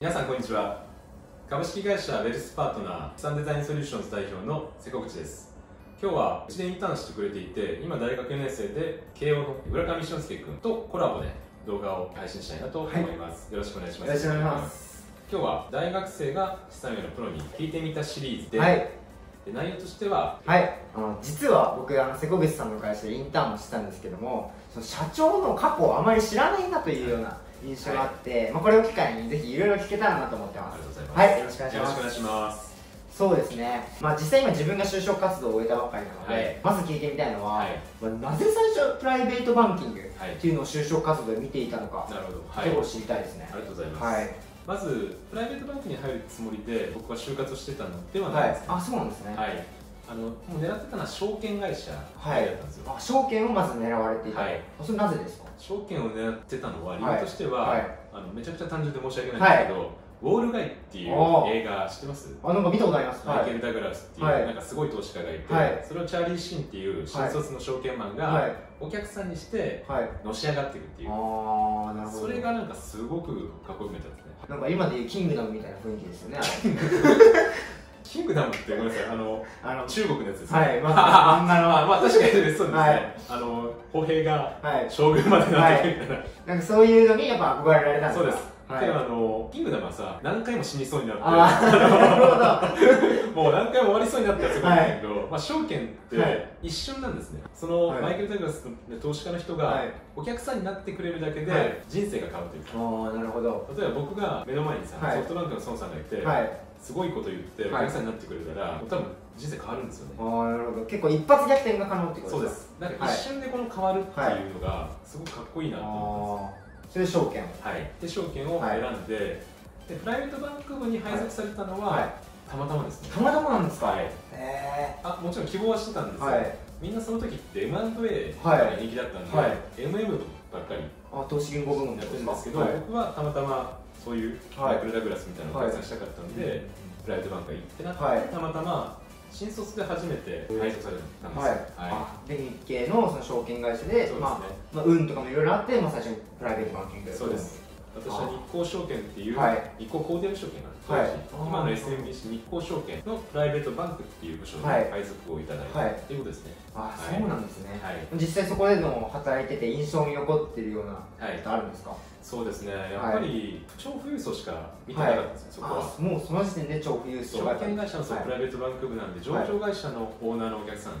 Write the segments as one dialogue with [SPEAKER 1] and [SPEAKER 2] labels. [SPEAKER 1] 皆さんこんにちは株式会社ウェルスパートナー資産デザインソリューションズ代表の瀬古口です今日は1年インターンしてくれていて今大学4年生で慶応の村上俊介君とコラボで動画を配信したいなと思います、よろしくお願いします
[SPEAKER 2] よろしくお願いします
[SPEAKER 1] 今日は大学生が資産運用のプロに聞いてみたシリーズで,、
[SPEAKER 2] はい
[SPEAKER 1] で内容としては
[SPEAKER 2] はいあの実は僕あの瀬古口さんの会社でインターンをしてたんですけどもその社長の過去をあまり知らないなというような印象があって、まあ、これを機会にぜひいろいろ聞けたらなと思って
[SPEAKER 1] あり
[SPEAKER 2] ま
[SPEAKER 1] が
[SPEAKER 2] す
[SPEAKER 1] とうございます、
[SPEAKER 2] はいよろしくお願いし
[SPEAKER 1] よろ
[SPEAKER 2] ま
[SPEAKER 1] しく
[SPEAKER 2] す
[SPEAKER 1] お願いします
[SPEAKER 2] そうですね、まあ、実際今自分が就職活動を終えたばっかりなので、
[SPEAKER 1] はい
[SPEAKER 2] まず聞いてみたいのは、
[SPEAKER 1] はい
[SPEAKER 2] まあなぜ最初プライベートバンキングっ
[SPEAKER 1] はい
[SPEAKER 2] ていうのを就職活動で見ていたのか、
[SPEAKER 1] なるほどはいあ
[SPEAKER 2] 結
[SPEAKER 1] り
[SPEAKER 2] 構知りたいですね
[SPEAKER 1] がとうございます、
[SPEAKER 2] はい、
[SPEAKER 1] まずプライベートバンクに入るつもりで僕は就活をしてたのではな
[SPEAKER 2] はい
[SPEAKER 1] で
[SPEAKER 2] い
[SPEAKER 1] す、ね
[SPEAKER 2] あそうなんですね、
[SPEAKER 1] はい、あのもう狙ってたのは証券会社
[SPEAKER 2] はい
[SPEAKER 1] だったんですよ、
[SPEAKER 2] あ証券をまず狙われていた、
[SPEAKER 1] はい
[SPEAKER 2] あそれなぜですか
[SPEAKER 1] 証券を狙ってたのは理
[SPEAKER 2] はい
[SPEAKER 1] 由としては、
[SPEAKER 2] はい
[SPEAKER 1] あのめちゃくちゃ単純で申し訳ないんですけど、ウォール街っていう
[SPEAKER 2] おー
[SPEAKER 1] 映画知ってます
[SPEAKER 2] あなんか見たことあります
[SPEAKER 1] マイケル・ダグラスっていう、
[SPEAKER 2] はい
[SPEAKER 1] なんかすごい投資家がいて、
[SPEAKER 2] はい
[SPEAKER 1] それをチャーリー・シンっていう新卒の証券マン
[SPEAKER 2] はい
[SPEAKER 1] がお客さんにして
[SPEAKER 2] はい
[SPEAKER 1] のし上がっていくっていう、
[SPEAKER 2] ああなるほど
[SPEAKER 1] それがなんかすごくかっこよく見えたんですね
[SPEAKER 2] なんか今でいうキングダムみたいな雰囲気ですよね
[SPEAKER 1] キングダムってごめんなさいあの
[SPEAKER 2] あの
[SPEAKER 1] 中国のやつですね、
[SPEAKER 2] はいま あ漫画の
[SPEAKER 1] あまあ確かにそうですね、
[SPEAKER 2] はい
[SPEAKER 1] あの歩兵が
[SPEAKER 2] はい
[SPEAKER 1] 将軍までなってくみたいな、
[SPEAKER 2] なんかそういうのにやっぱ憧れられたんです
[SPEAKER 1] そう
[SPEAKER 2] か
[SPEAKER 1] です、
[SPEAKER 2] はい
[SPEAKER 1] でもあのキングダムはさ何回も死にそうになっ
[SPEAKER 2] ああなる
[SPEAKER 1] てもう何回も終わりそうになったらすごいんだけど、まあ、証券っ
[SPEAKER 2] は
[SPEAKER 1] て一瞬なんですね、その、
[SPEAKER 2] はい
[SPEAKER 1] マイケル・ダグラスの投資家の人
[SPEAKER 2] ほど
[SPEAKER 1] が、
[SPEAKER 2] はい
[SPEAKER 1] お客さんになってくれるだけで
[SPEAKER 2] はい
[SPEAKER 1] 人生が変わっていく
[SPEAKER 2] ああなるほど
[SPEAKER 1] 例えば僕が目の前にさ、
[SPEAKER 2] はい
[SPEAKER 1] ソフトバンクの孫さんがいて、
[SPEAKER 2] はい
[SPEAKER 1] すごいこと言ってお
[SPEAKER 2] はい
[SPEAKER 1] 客さんになってくれたら、もう多分人生変わるんですよね、
[SPEAKER 2] ああなるほど結構一発逆転が可能ってこと
[SPEAKER 1] そうで
[SPEAKER 2] か
[SPEAKER 1] すなんか一瞬でこの変わるっていうのがすごくかっこいいな
[SPEAKER 2] あ
[SPEAKER 1] と
[SPEAKER 2] あ
[SPEAKER 1] 思ってます、
[SPEAKER 2] ーそれで証券
[SPEAKER 1] はい、で証券を選んで,、でプライベートバンク部に配属されたのは、
[SPEAKER 2] はい
[SPEAKER 1] たまたまですね
[SPEAKER 2] たまたまなんですか
[SPEAKER 1] はい
[SPEAKER 2] へ
[SPEAKER 1] あもちろん希望はしてたんで
[SPEAKER 2] え
[SPEAKER 1] すよ、
[SPEAKER 2] はい
[SPEAKER 1] みんなその時って M&A
[SPEAKER 2] はい
[SPEAKER 1] が人気だったんで、
[SPEAKER 2] はい
[SPEAKER 1] MM ばっかり
[SPEAKER 2] あ投資銀行部門
[SPEAKER 1] や
[SPEAKER 2] の
[SPEAKER 1] っ
[SPEAKER 2] こ
[SPEAKER 1] て
[SPEAKER 2] と
[SPEAKER 1] る
[SPEAKER 2] で
[SPEAKER 1] んですけ
[SPEAKER 2] すか
[SPEAKER 1] ど、
[SPEAKER 2] はい
[SPEAKER 1] 僕はたまたまそういうマ
[SPEAKER 2] はい
[SPEAKER 1] イクロダグラスみたいなのを
[SPEAKER 2] は
[SPEAKER 1] お
[SPEAKER 2] い
[SPEAKER 1] 客さんしたかったんで、プライベートバンクが行ってなって、
[SPEAKER 2] はい
[SPEAKER 1] たまたま新卒で初めて配属されたんですよ、
[SPEAKER 2] はい、
[SPEAKER 1] は
[SPEAKER 2] あで日系のその証券会社で
[SPEAKER 1] いそうですね、
[SPEAKER 2] まあ、まあ、運とかもいろいろあって、まあ、最初にプライベートバンキング
[SPEAKER 1] そうです私は日興証券っていう、
[SPEAKER 2] はい
[SPEAKER 1] 日興コーデル証券なんです、
[SPEAKER 2] はい
[SPEAKER 1] 当時今の SMBC 日興証券のプライベートバンクっていう部署に
[SPEAKER 2] はい
[SPEAKER 1] 配属をいただいた、
[SPEAKER 2] はい
[SPEAKER 1] っていうことですねは
[SPEAKER 2] あ
[SPEAKER 1] い
[SPEAKER 2] そうなんですね、
[SPEAKER 1] はい、
[SPEAKER 2] 実際そこでの働いてて印象に残ってるようなこ
[SPEAKER 1] はい、
[SPEAKER 2] とあるんですか、
[SPEAKER 1] そうですねやっぱり超富裕層しか見てなかったんですよ、そこは
[SPEAKER 2] あもうその時点で超富裕層
[SPEAKER 1] 証券会社のそう
[SPEAKER 2] はい
[SPEAKER 1] プライベートバンク部なんで上場会社のオーナーのお客さんって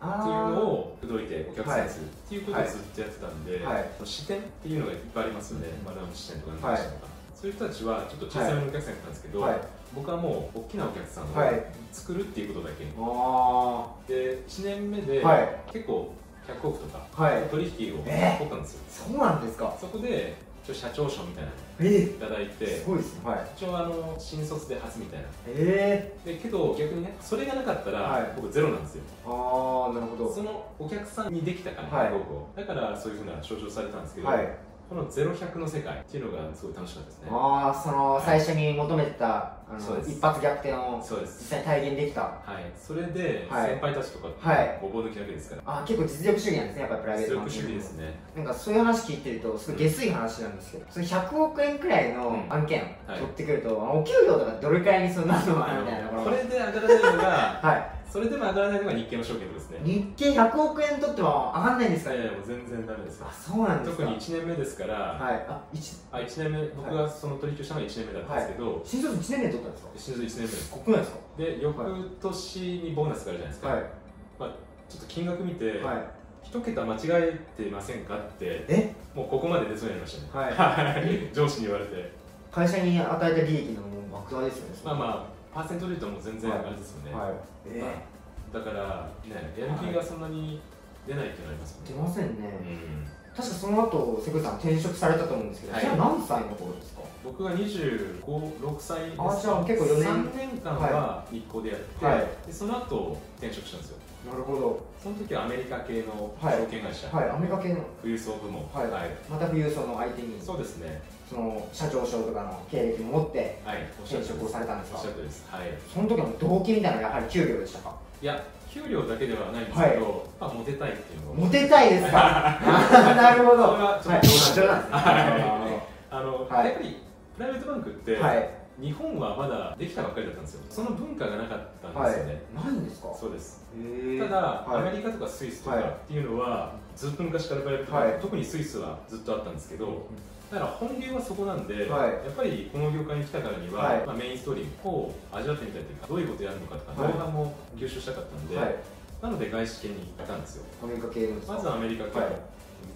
[SPEAKER 2] あ
[SPEAKER 1] いう
[SPEAKER 2] ー
[SPEAKER 1] のを口説いてお客さんにするっていうことをずっとやってたんで、
[SPEAKER 2] はい
[SPEAKER 1] 支店っていうのがいっぱいありますよね、マダム支店とか何とか、そういう人たちはちょっと小さめのお客さんだったんですけど、
[SPEAKER 2] はい
[SPEAKER 1] 僕はもう大きなお客さん
[SPEAKER 2] は
[SPEAKER 1] を
[SPEAKER 2] い
[SPEAKER 1] 作るっていうことだけ、
[SPEAKER 2] あ
[SPEAKER 1] で1年目で
[SPEAKER 2] ーはい
[SPEAKER 1] 結構100億とか
[SPEAKER 2] はい
[SPEAKER 1] 取引を取
[SPEAKER 2] え
[SPEAKER 1] ったんですよ、
[SPEAKER 2] そうなんですか
[SPEAKER 1] そこで一応社長賞みたいなの
[SPEAKER 2] えー
[SPEAKER 1] いただいて
[SPEAKER 2] すごいですねはい
[SPEAKER 1] 一応あの新卒で初みたいな
[SPEAKER 2] え
[SPEAKER 1] でけど逆にねそれがなかったら、
[SPEAKER 2] はい
[SPEAKER 1] 僕ゼロなんですよ
[SPEAKER 2] ー、ああなるほど
[SPEAKER 1] そのお客さんにできたから、
[SPEAKER 2] はい
[SPEAKER 1] 僕をだからそういうふうな象徴されたんですけど、
[SPEAKER 2] はい
[SPEAKER 1] この0100の世界っていうのがすごい楽しかったですね
[SPEAKER 2] ああその最初に求めてた、あ
[SPEAKER 1] そう
[SPEAKER 2] の
[SPEAKER 1] です
[SPEAKER 2] 一発逆転を
[SPEAKER 1] そうで
[SPEAKER 2] 実
[SPEAKER 1] す
[SPEAKER 2] 際に体現できた
[SPEAKER 1] はいそれで
[SPEAKER 2] はい
[SPEAKER 1] 先輩たちとかって
[SPEAKER 2] はい
[SPEAKER 1] ごぼう抜きなわけですから、
[SPEAKER 2] あー結構実力主義なんですねやっぱりプライベー
[SPEAKER 1] 出
[SPEAKER 2] トバン
[SPEAKER 1] 力主
[SPEAKER 2] キング
[SPEAKER 1] 義ですね
[SPEAKER 2] なんかそういう話聞いてるとすごい下水話なんですけど、その100億円くらいの案件
[SPEAKER 1] うんはい
[SPEAKER 2] 取ってくると、お給料とかどれくらいにそのなるのかなみたいなところ
[SPEAKER 1] こ
[SPEAKER 2] が
[SPEAKER 1] れで上がらないのが
[SPEAKER 2] は
[SPEAKER 1] それでも上がらないのが日経の証券ですね
[SPEAKER 2] い日経100億円取っても上がんないんです
[SPEAKER 1] い
[SPEAKER 2] か
[SPEAKER 1] やい
[SPEAKER 2] ね
[SPEAKER 1] やもう全然ダメですよ
[SPEAKER 2] あそうなんです
[SPEAKER 1] 特
[SPEAKER 2] か
[SPEAKER 1] に1年目ですから、
[SPEAKER 2] はいあ一
[SPEAKER 1] あ1年目僕がその取引をしたのが1年目だったんですけど、
[SPEAKER 2] 新卒1年で取ったんですか
[SPEAKER 1] 新卒1年目です
[SPEAKER 2] すごくないですか
[SPEAKER 1] で翌年にボーナスがあるじゃないですか、
[SPEAKER 2] は
[SPEAKER 1] ちょっと金額見て、
[SPEAKER 2] いはい
[SPEAKER 1] 一桁間違えてませんかって
[SPEAKER 2] え
[SPEAKER 1] もうここまで出そうになりましたね
[SPEAKER 2] はい
[SPEAKER 1] はい上司に言われて
[SPEAKER 2] 会社に与えた利益のもう莫大ですよね
[SPEAKER 1] まあまあパーセントで言うともう全然
[SPEAKER 2] はい
[SPEAKER 1] あれですよね、
[SPEAKER 2] はいえ
[SPEAKER 1] まあだからねやる気がそんなに出ないっていうのあります
[SPEAKER 2] ー、出
[SPEAKER 1] よね、
[SPEAKER 2] ませんね、
[SPEAKER 1] うん
[SPEAKER 2] 確かその後瀬口さん転職されたと思うんですけど、
[SPEAKER 1] はい
[SPEAKER 2] それは何歳の頃ですか
[SPEAKER 1] 僕が256歳です
[SPEAKER 2] あじゃあ結構四年
[SPEAKER 1] 3年間は日光でやって、
[SPEAKER 2] はい
[SPEAKER 1] でその後転職したんですよ
[SPEAKER 2] なるほど
[SPEAKER 1] その時はアメリカ系の
[SPEAKER 2] はい
[SPEAKER 1] 証券会社、
[SPEAKER 2] はいアメリカ系の
[SPEAKER 1] 富裕層部門、
[SPEAKER 2] はいまた富裕層の相手に
[SPEAKER 1] そうですね
[SPEAKER 2] その社長賞とかの経歴も持って
[SPEAKER 1] はいおっしゃる
[SPEAKER 2] 転
[SPEAKER 1] とおりで
[SPEAKER 2] 職を
[SPEAKER 1] す
[SPEAKER 2] されたんです
[SPEAKER 1] お
[SPEAKER 2] か
[SPEAKER 1] っしゃるとおりですはい
[SPEAKER 2] その時の動機みたいなのはやはり給料でしたか
[SPEAKER 1] いや給料だけではないんですけど、まあモテたいっていうのが
[SPEAKER 2] モテたいで すかあーなるほど
[SPEAKER 1] それはちょっと
[SPEAKER 2] は
[SPEAKER 1] 冗談
[SPEAKER 2] い
[SPEAKER 1] です
[SPEAKER 2] 冗談ですねなるほど
[SPEAKER 1] あの、
[SPEAKER 2] はい
[SPEAKER 1] やっぱりプライベートバンクって、
[SPEAKER 2] はい
[SPEAKER 1] 日本はまだできたばっかりだったんですよその文化がなかったんですよね、
[SPEAKER 2] ないんですか
[SPEAKER 1] そうです
[SPEAKER 2] へえ
[SPEAKER 1] ただ、
[SPEAKER 2] はい
[SPEAKER 1] アメリカとかスイスとか
[SPEAKER 2] はい
[SPEAKER 1] っていうのはずっと昔からプライベートバンク、
[SPEAKER 2] はい
[SPEAKER 1] 特にスイスはずっとあったんですけどだから本流はそこなんで、
[SPEAKER 2] はい
[SPEAKER 1] やっぱりこの業界に来たからには、
[SPEAKER 2] はい
[SPEAKER 1] まあ、メインストーリーを味わってみたいというかどういうことやるのかとか
[SPEAKER 2] はい
[SPEAKER 1] 動画も吸収したかったんで、
[SPEAKER 2] はい
[SPEAKER 1] なので外資系に行ったんですよ
[SPEAKER 2] アメリカ系のですか
[SPEAKER 1] まずアメリカ系、
[SPEAKER 2] はい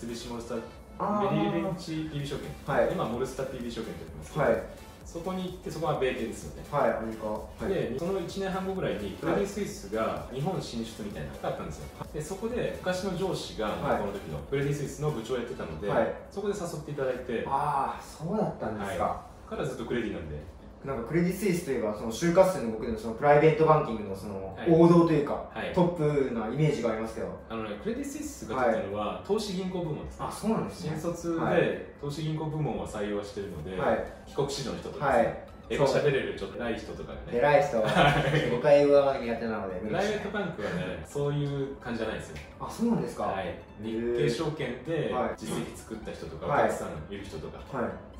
[SPEAKER 1] 三菱モルスタ
[SPEAKER 2] あ
[SPEAKER 1] メリー
[SPEAKER 2] ー
[SPEAKER 1] レンチ PB 証券、
[SPEAKER 2] はい
[SPEAKER 1] 今モルスタ PB 証券と言ってますけど、
[SPEAKER 2] はい
[SPEAKER 1] そこに行ってそこは米系ですよね
[SPEAKER 2] はいアメリカはい
[SPEAKER 1] でその1年半後ぐらいにクレディ・スイスが日本進出みたいなのがあったんですよでそこで昔の上司が、
[SPEAKER 2] はい
[SPEAKER 1] この時のクレディ・スイスの部長をやってたので、
[SPEAKER 2] はい
[SPEAKER 1] そこで誘っていただいて
[SPEAKER 2] ああそうだったんですか、
[SPEAKER 1] からずっとクレディなんで
[SPEAKER 2] なんかクレディ・スイスといえばその就活生の僕でもそのプライベートバンキングのその
[SPEAKER 1] はい
[SPEAKER 2] 王道というか、
[SPEAKER 1] はい
[SPEAKER 2] トップなイメージがありますけど
[SPEAKER 1] あの、ね、クレディ・スイスが取ったのは、投資銀行部門です
[SPEAKER 2] あそうなんですね
[SPEAKER 1] 新卒で、
[SPEAKER 2] はい
[SPEAKER 1] 投資銀行部門は採用はしてるので、
[SPEAKER 2] はい
[SPEAKER 1] 帰国子女の人とか
[SPEAKER 2] は
[SPEAKER 1] ですね、
[SPEAKER 2] い
[SPEAKER 1] 英語喋れるちょっとない人とかがね
[SPEAKER 2] 偉い人は僕は英語が苦手なので
[SPEAKER 1] プ
[SPEAKER 2] 無
[SPEAKER 1] ラ
[SPEAKER 2] 理
[SPEAKER 1] イ
[SPEAKER 2] し
[SPEAKER 1] ベ
[SPEAKER 2] ない
[SPEAKER 1] ートバンクはねそういう感じじゃないんですよ
[SPEAKER 2] あそうなんですか
[SPEAKER 1] は
[SPEAKER 2] はいへ
[SPEAKER 1] 日
[SPEAKER 2] ー
[SPEAKER 1] 経証券で
[SPEAKER 2] はい
[SPEAKER 1] 実績作った人とか、
[SPEAKER 2] はい
[SPEAKER 1] お客さんいる人とか、
[SPEAKER 2] い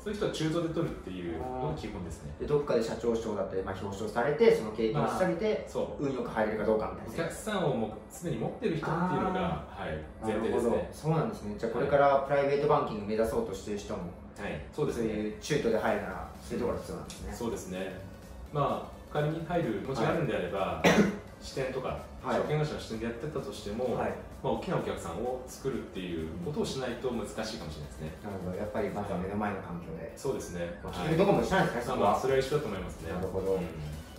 [SPEAKER 1] そういう人は中途で取るっていうのが基本ですね。
[SPEAKER 2] でどっかで社長賞だったり、まあ、表彰されてその経験を下げて、
[SPEAKER 1] そう。
[SPEAKER 2] 運よく入れるかどうかみ
[SPEAKER 1] お
[SPEAKER 2] たいな
[SPEAKER 1] 客さんをもう常に持ってる人っていうのが、はい、前
[SPEAKER 2] な
[SPEAKER 1] 提で
[SPEAKER 2] るほ
[SPEAKER 1] す
[SPEAKER 2] ど、
[SPEAKER 1] ね。
[SPEAKER 2] そうなんですねじゃあこれからプライベートバンキング目指そうとしてる人も
[SPEAKER 1] はい。そうです
[SPEAKER 2] そう
[SPEAKER 1] ね。
[SPEAKER 2] いう中途で入るならそういうところが必要なんですね
[SPEAKER 1] そうですね。まあ、仮に入る気持ちがあるんであれば、支店とか、
[SPEAKER 2] はい
[SPEAKER 1] 証券会社の支店でやってたとしても、
[SPEAKER 2] はい
[SPEAKER 1] まあ、大きなお客さんを作るっていうことをしないと難しいかもしれないですね。
[SPEAKER 2] なるほどやっぱりまずは目の前の環境で
[SPEAKER 1] そうですね。
[SPEAKER 2] まあ
[SPEAKER 1] は
[SPEAKER 2] 結
[SPEAKER 1] い
[SPEAKER 2] 局どこも一緒なんですかね
[SPEAKER 1] まあ
[SPEAKER 2] そこ
[SPEAKER 1] まあ、
[SPEAKER 2] は
[SPEAKER 1] それは一緒だと思いますね。
[SPEAKER 2] なるほど
[SPEAKER 1] うん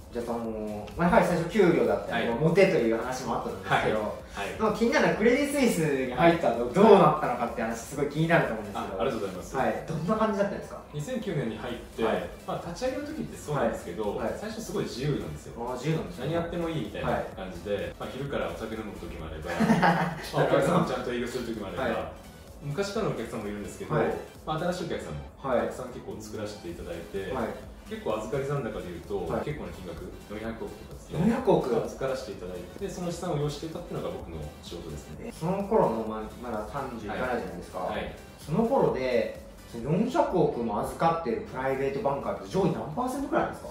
[SPEAKER 2] じゃあその、まあ、やはり最初給料だったり、
[SPEAKER 1] はい
[SPEAKER 2] モテという話もあったんですけど、
[SPEAKER 1] はい。
[SPEAKER 2] まあ、気になるのはクレディ・スイスに入った後どうなったのかって話すごい気になると思うんです
[SPEAKER 1] あ
[SPEAKER 2] けど
[SPEAKER 1] ありがとうございます。
[SPEAKER 2] はい、どんな感じだったんですか
[SPEAKER 1] 2009年に入って、
[SPEAKER 2] はい
[SPEAKER 1] まあ、立ち上げの時ってそうなんですけど、
[SPEAKER 2] はいはい
[SPEAKER 1] 最初すごい自由なんですよ、
[SPEAKER 2] ああ自由なんですね
[SPEAKER 1] 何やってもいいみたいな
[SPEAKER 2] はい
[SPEAKER 1] 感じで、まあ、昼からお酒飲む時もあ ればまあお客さんもちゃんと営業する時もあれば、
[SPEAKER 2] は
[SPEAKER 1] 昔からのお客さんもいるんですけど、
[SPEAKER 2] はい
[SPEAKER 1] まあ、新しいお客さんも、
[SPEAKER 2] は
[SPEAKER 1] お
[SPEAKER 2] い
[SPEAKER 1] 客さん結構作らせていただいて、
[SPEAKER 2] はい
[SPEAKER 1] 結構預かり残高でいうと、
[SPEAKER 2] はい
[SPEAKER 1] 結構な金額400億とかですね
[SPEAKER 2] 400億
[SPEAKER 1] 預からせていただいてでその資産を要していたっていうのが僕の仕事ですね
[SPEAKER 2] えその頃もままだ37じゃないですか、
[SPEAKER 1] はい
[SPEAKER 2] その頃でその400億も預かってるプライベートバンカーって上位何パーセントくらいなんですか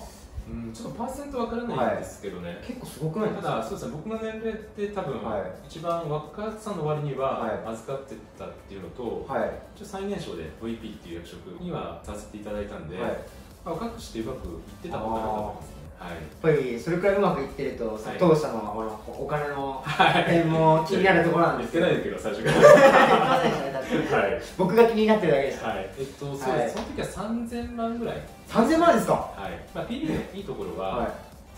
[SPEAKER 1] うんちょっとパーセントわからないんですけどね、
[SPEAKER 2] 結構すごくないで
[SPEAKER 1] た
[SPEAKER 2] すか
[SPEAKER 1] だそうですね僕の年齢って多分、
[SPEAKER 2] は
[SPEAKER 1] 一番若さの割には
[SPEAKER 2] は
[SPEAKER 1] 預かってたっていうのと、
[SPEAKER 2] はい
[SPEAKER 1] 一応最年少で VP っていう役職にはさせていただいたんで、
[SPEAKER 2] はい、やっ
[SPEAKER 1] まあ、若くしてうまくいってた方がなかったと思いますね
[SPEAKER 2] ぱりそれくらいうまくいってると、
[SPEAKER 1] はい
[SPEAKER 2] 当社のこのお金の
[SPEAKER 1] はい
[SPEAKER 2] 辺も気になるところなん
[SPEAKER 1] 言
[SPEAKER 2] で
[SPEAKER 1] っ
[SPEAKER 2] すけ
[SPEAKER 1] て
[SPEAKER 2] ど
[SPEAKER 1] ないですけど最初からはいはい
[SPEAKER 2] 僕が気になってるだけでした
[SPEAKER 1] えっとそうです、
[SPEAKER 2] はい
[SPEAKER 1] その時は3000万ぐらい、はい
[SPEAKER 2] 3000万ですか
[SPEAKER 1] まあ、PB のいいところは、
[SPEAKER 2] はい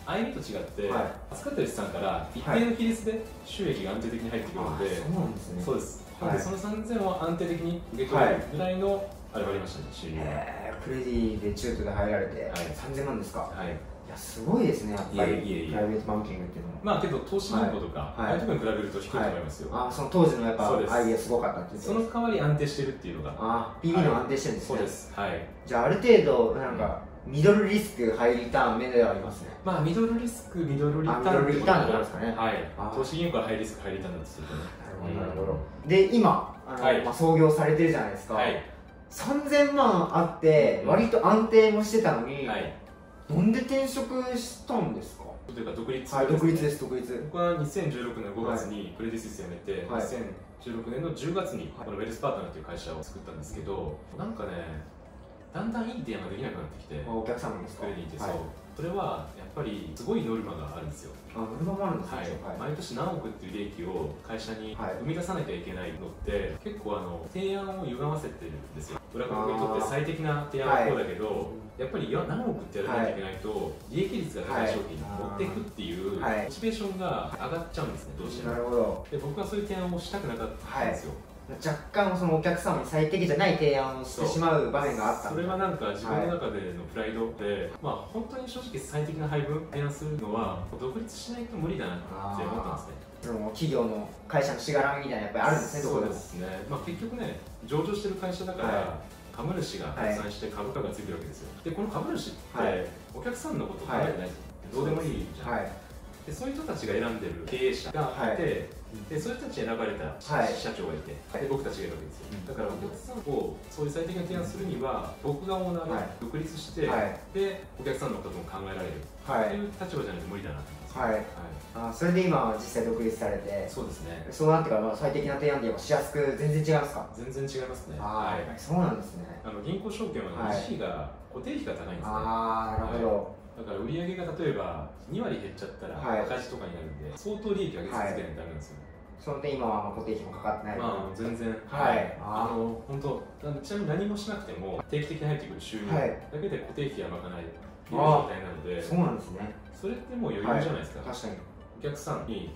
[SPEAKER 1] 相手と違って、
[SPEAKER 2] はい
[SPEAKER 1] 預かってる資産から一定の比率で収益が安定的に入ってくるので、
[SPEAKER 2] そうなんですね
[SPEAKER 1] そうです、
[SPEAKER 2] はい
[SPEAKER 1] なのでその3000を安定的に受け取れるぐらいの、あれがありましたね、収入は。
[SPEAKER 2] へークレディで中途で入られて、
[SPEAKER 1] い
[SPEAKER 2] 3000万ですか
[SPEAKER 1] はい、
[SPEAKER 2] いやすごいですねやっぱり
[SPEAKER 1] いえいえいえ
[SPEAKER 2] プライベートバンキングっていうのも、
[SPEAKER 1] まあけど、投資銀行とか、
[SPEAKER 2] はいは
[SPEAKER 1] ああ
[SPEAKER 2] い
[SPEAKER 1] いうところに比べると低いと思いますよ、
[SPEAKER 2] あーその当時のやっ
[SPEAKER 1] そうです
[SPEAKER 2] ぱアイディアすごかったっていう
[SPEAKER 1] その代わり安定してるっていうのが、
[SPEAKER 2] あー PB の安定してるんです
[SPEAKER 1] そ
[SPEAKER 2] ね、
[SPEAKER 1] うです、はい、
[SPEAKER 2] じゃあある程度なんかミドルリスクハイリターン目ではありますね
[SPEAKER 1] まあ、ミドルリスク、ミドルリターン
[SPEAKER 2] あミドルリターンってこ
[SPEAKER 1] で
[SPEAKER 2] とですす
[SPEAKER 1] か
[SPEAKER 2] か
[SPEAKER 1] ね、
[SPEAKER 2] ね
[SPEAKER 1] は
[SPEAKER 2] あ
[SPEAKER 1] い、
[SPEAKER 2] ー
[SPEAKER 1] 投資銀行はハイリスク、ハイリターンなんですよね、
[SPEAKER 2] な
[SPEAKER 1] ほど
[SPEAKER 2] る
[SPEAKER 1] なるほど
[SPEAKER 2] で今あの、
[SPEAKER 1] はい
[SPEAKER 2] まあ、創業されてるじゃないですか、
[SPEAKER 1] はい、
[SPEAKER 2] 3000万あって
[SPEAKER 1] うん
[SPEAKER 2] 割と安定もしてたのに、
[SPEAKER 1] はい、
[SPEAKER 2] なんで転職したんですか
[SPEAKER 1] というか独立ですね、
[SPEAKER 2] はい独立です独立
[SPEAKER 1] 僕は2016年5月にクレディ・スイス辞めて、
[SPEAKER 2] はい
[SPEAKER 1] 2016年の10月にこのウェルスパートナーという会社を作ったんですけど、なんかね、だんだんいい提案ができなくなってきて、
[SPEAKER 2] あお客様ですか
[SPEAKER 1] クレディってそう、
[SPEAKER 2] はい、
[SPEAKER 1] それはやっぱりすごいノルマがあるんですよ、
[SPEAKER 2] あノルマもあるんですね
[SPEAKER 1] はい毎年何億っていう利益を会社に
[SPEAKER 2] はい
[SPEAKER 1] 生み出さなきゃいけないのって、結構あの提案を歪ませてるんですよ裏方にとって最適な提案はこうだけど、やっぱりいや何億ってやらなきゃいけないと、利益率が高い商品に持っていくっていう、
[SPEAKER 2] はい
[SPEAKER 1] モチベーションが上がっちゃうんですねどうして
[SPEAKER 2] な
[SPEAKER 1] も
[SPEAKER 2] るほど
[SPEAKER 1] で僕はそういう提案をしたくなかったんですよ、
[SPEAKER 2] 若干そのお客様に最適じゃない提案をし
[SPEAKER 1] そう
[SPEAKER 2] てしまう場面があった
[SPEAKER 1] それは
[SPEAKER 2] は
[SPEAKER 1] なんか自分の中でのプライドって、まあ本当に正直最適な配分提案するのは独立しないと無理だなって思ったんですね
[SPEAKER 2] その企業の会社のしがらみみたいなやっぱりあるんですねど
[SPEAKER 1] そ
[SPEAKER 2] こ
[SPEAKER 1] う
[SPEAKER 2] で
[SPEAKER 1] で
[SPEAKER 2] も
[SPEAKER 1] すね、まあ、結局ね上場してる会社だから、
[SPEAKER 2] は
[SPEAKER 1] 株主が発散して株価がついてるわけですよでこの株主って、
[SPEAKER 2] はい
[SPEAKER 1] お客さんのこと考えてない、どうでもいいじゃん、
[SPEAKER 2] はい
[SPEAKER 1] でそういう人たちが選んでる経営者がいて、でそういう人たちに選ばれた社,、
[SPEAKER 2] はい
[SPEAKER 1] 長がいて、
[SPEAKER 2] はい
[SPEAKER 1] で僕たちがいるわけですよ、
[SPEAKER 3] うん
[SPEAKER 1] だからお客さんをそういう最適な提案するには僕がオーナー
[SPEAKER 2] は
[SPEAKER 1] が
[SPEAKER 2] い
[SPEAKER 1] 独立して、
[SPEAKER 2] はい
[SPEAKER 1] でお客さんのことも考えられる
[SPEAKER 2] は
[SPEAKER 1] って
[SPEAKER 2] い
[SPEAKER 1] いう立場じゃないと無理だなと思います、
[SPEAKER 2] はいあそれで今は実際独立されて
[SPEAKER 1] そうですね
[SPEAKER 2] そうなってからまあ最適な提案で言えばしやすく全然違いますか
[SPEAKER 1] 全然違いますね
[SPEAKER 2] あ
[SPEAKER 1] はい
[SPEAKER 2] あそうなんですね
[SPEAKER 1] あの銀行証券は
[SPEAKER 2] はい
[SPEAKER 1] 利子が固定費が高いんですね、
[SPEAKER 2] ああなるほ
[SPEAKER 1] だから売り上げが例えば2割減っちゃった
[SPEAKER 2] はい
[SPEAKER 1] ら赤字とかになるんで、相当利益上げ続けないとダメなんですよ、
[SPEAKER 2] どその点今はまあ固定費もかかってない
[SPEAKER 1] まあ全然
[SPEAKER 2] はい
[SPEAKER 1] あ
[SPEAKER 2] あー
[SPEAKER 1] の本当あのちなみに何もしなくても定期的に入ってくる収入だ
[SPEAKER 2] はい
[SPEAKER 1] けで固定費は賄えるっていう
[SPEAKER 2] あー
[SPEAKER 1] 状態なので
[SPEAKER 2] そうなんですね
[SPEAKER 1] それってもう余裕じゃないですか、
[SPEAKER 2] 確かに
[SPEAKER 1] お客さんに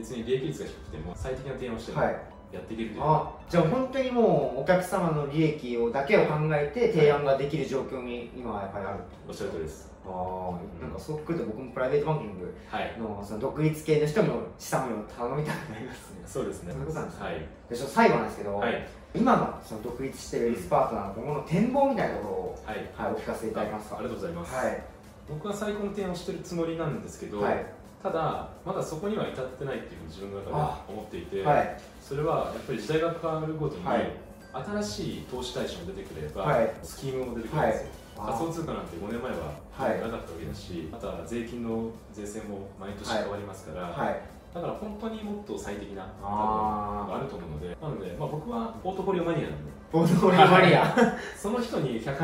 [SPEAKER 1] 別に利益率が低くても最適な提案をしても
[SPEAKER 2] は
[SPEAKER 1] や
[SPEAKER 2] い
[SPEAKER 1] っていけるというか、
[SPEAKER 2] あじゃあ本当にもうお客様の利益をだけを考えて提案ができる状況に今はやっぱりある
[SPEAKER 1] おっしゃるとりです
[SPEAKER 2] ああなんかそうくると僕もプライベートバンキング
[SPEAKER 1] はい
[SPEAKER 2] のその独立系の人にも資産運用を頼みたくなりますね
[SPEAKER 1] そうですね
[SPEAKER 2] そういうことなんですね
[SPEAKER 1] はい、
[SPEAKER 2] でちょっと最後なんですけど、
[SPEAKER 1] はい
[SPEAKER 2] 今のその独立してるエリスパートナーの今後の展望みたいなところを、
[SPEAKER 1] はい、
[SPEAKER 2] はい、お聞かせいただけますか
[SPEAKER 1] ありがとうございます、
[SPEAKER 2] はい
[SPEAKER 1] 僕は最高の提案をしてるつもりなんですけど、
[SPEAKER 2] はい
[SPEAKER 1] ただまだそこには至ってないっていうふうに自分の中では思っていて、
[SPEAKER 2] はい
[SPEAKER 1] それはやっぱり時代が変わるごとに、
[SPEAKER 2] はい
[SPEAKER 1] 新しい投資対象も出てくれば、
[SPEAKER 2] はい
[SPEAKER 1] スキームも出てくるんですよ、
[SPEAKER 2] あ
[SPEAKER 1] 仮想通貨なんて5年前は
[SPEAKER 2] はい
[SPEAKER 1] なかったわけだし、あとは税金の税制も毎年変わりますから、
[SPEAKER 2] はい
[SPEAKER 1] だから本当にもっと最適な多分が
[SPEAKER 2] あ
[SPEAKER 1] あると思うのでなので、まあ、僕はポートフォリオマニアなんで
[SPEAKER 2] ーボードフォリオマニア
[SPEAKER 1] その人に100%、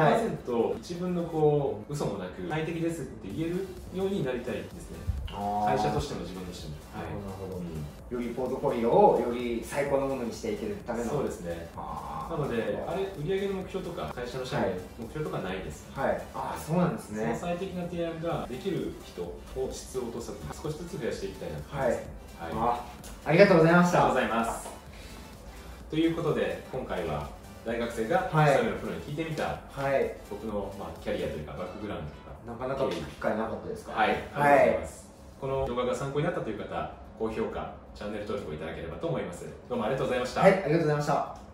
[SPEAKER 2] は
[SPEAKER 1] 自分のこう嘘もなく快適ですって言えるようになりたいですね会社と
[SPEAKER 2] し
[SPEAKER 1] して
[SPEAKER 2] て
[SPEAKER 1] も自分としても、
[SPEAKER 2] な
[SPEAKER 1] はい
[SPEAKER 2] るほど、
[SPEAKER 1] うん
[SPEAKER 2] よりポートフォリオをより最高のものにしていけるための
[SPEAKER 1] そうですね
[SPEAKER 2] あー
[SPEAKER 1] なので、あれ、売上の目標とか、会社の社員の目標とかないです。
[SPEAKER 2] はいああそうなんです
[SPEAKER 1] その
[SPEAKER 2] ね
[SPEAKER 1] 最適な提案ができる人を質を落とさず、少しずつ増やしていきたいなと思います。はい。
[SPEAKER 2] あありがとうございまし
[SPEAKER 1] ありがとう
[SPEAKER 2] た
[SPEAKER 1] ございます。ということで、今回は大学生が
[SPEAKER 2] はい
[SPEAKER 1] 社員のプロに聞いてみた、
[SPEAKER 2] はい
[SPEAKER 1] 僕のまあキャリアというか、バックグラウンドと
[SPEAKER 2] なかなか聞く機会なかったですか
[SPEAKER 1] か。はい。ありがとうございます。この動画が参考になったという方、高評価、チャンネル登録をいただければと思います。どうもありがとうございました。
[SPEAKER 2] はい、ありがとうございました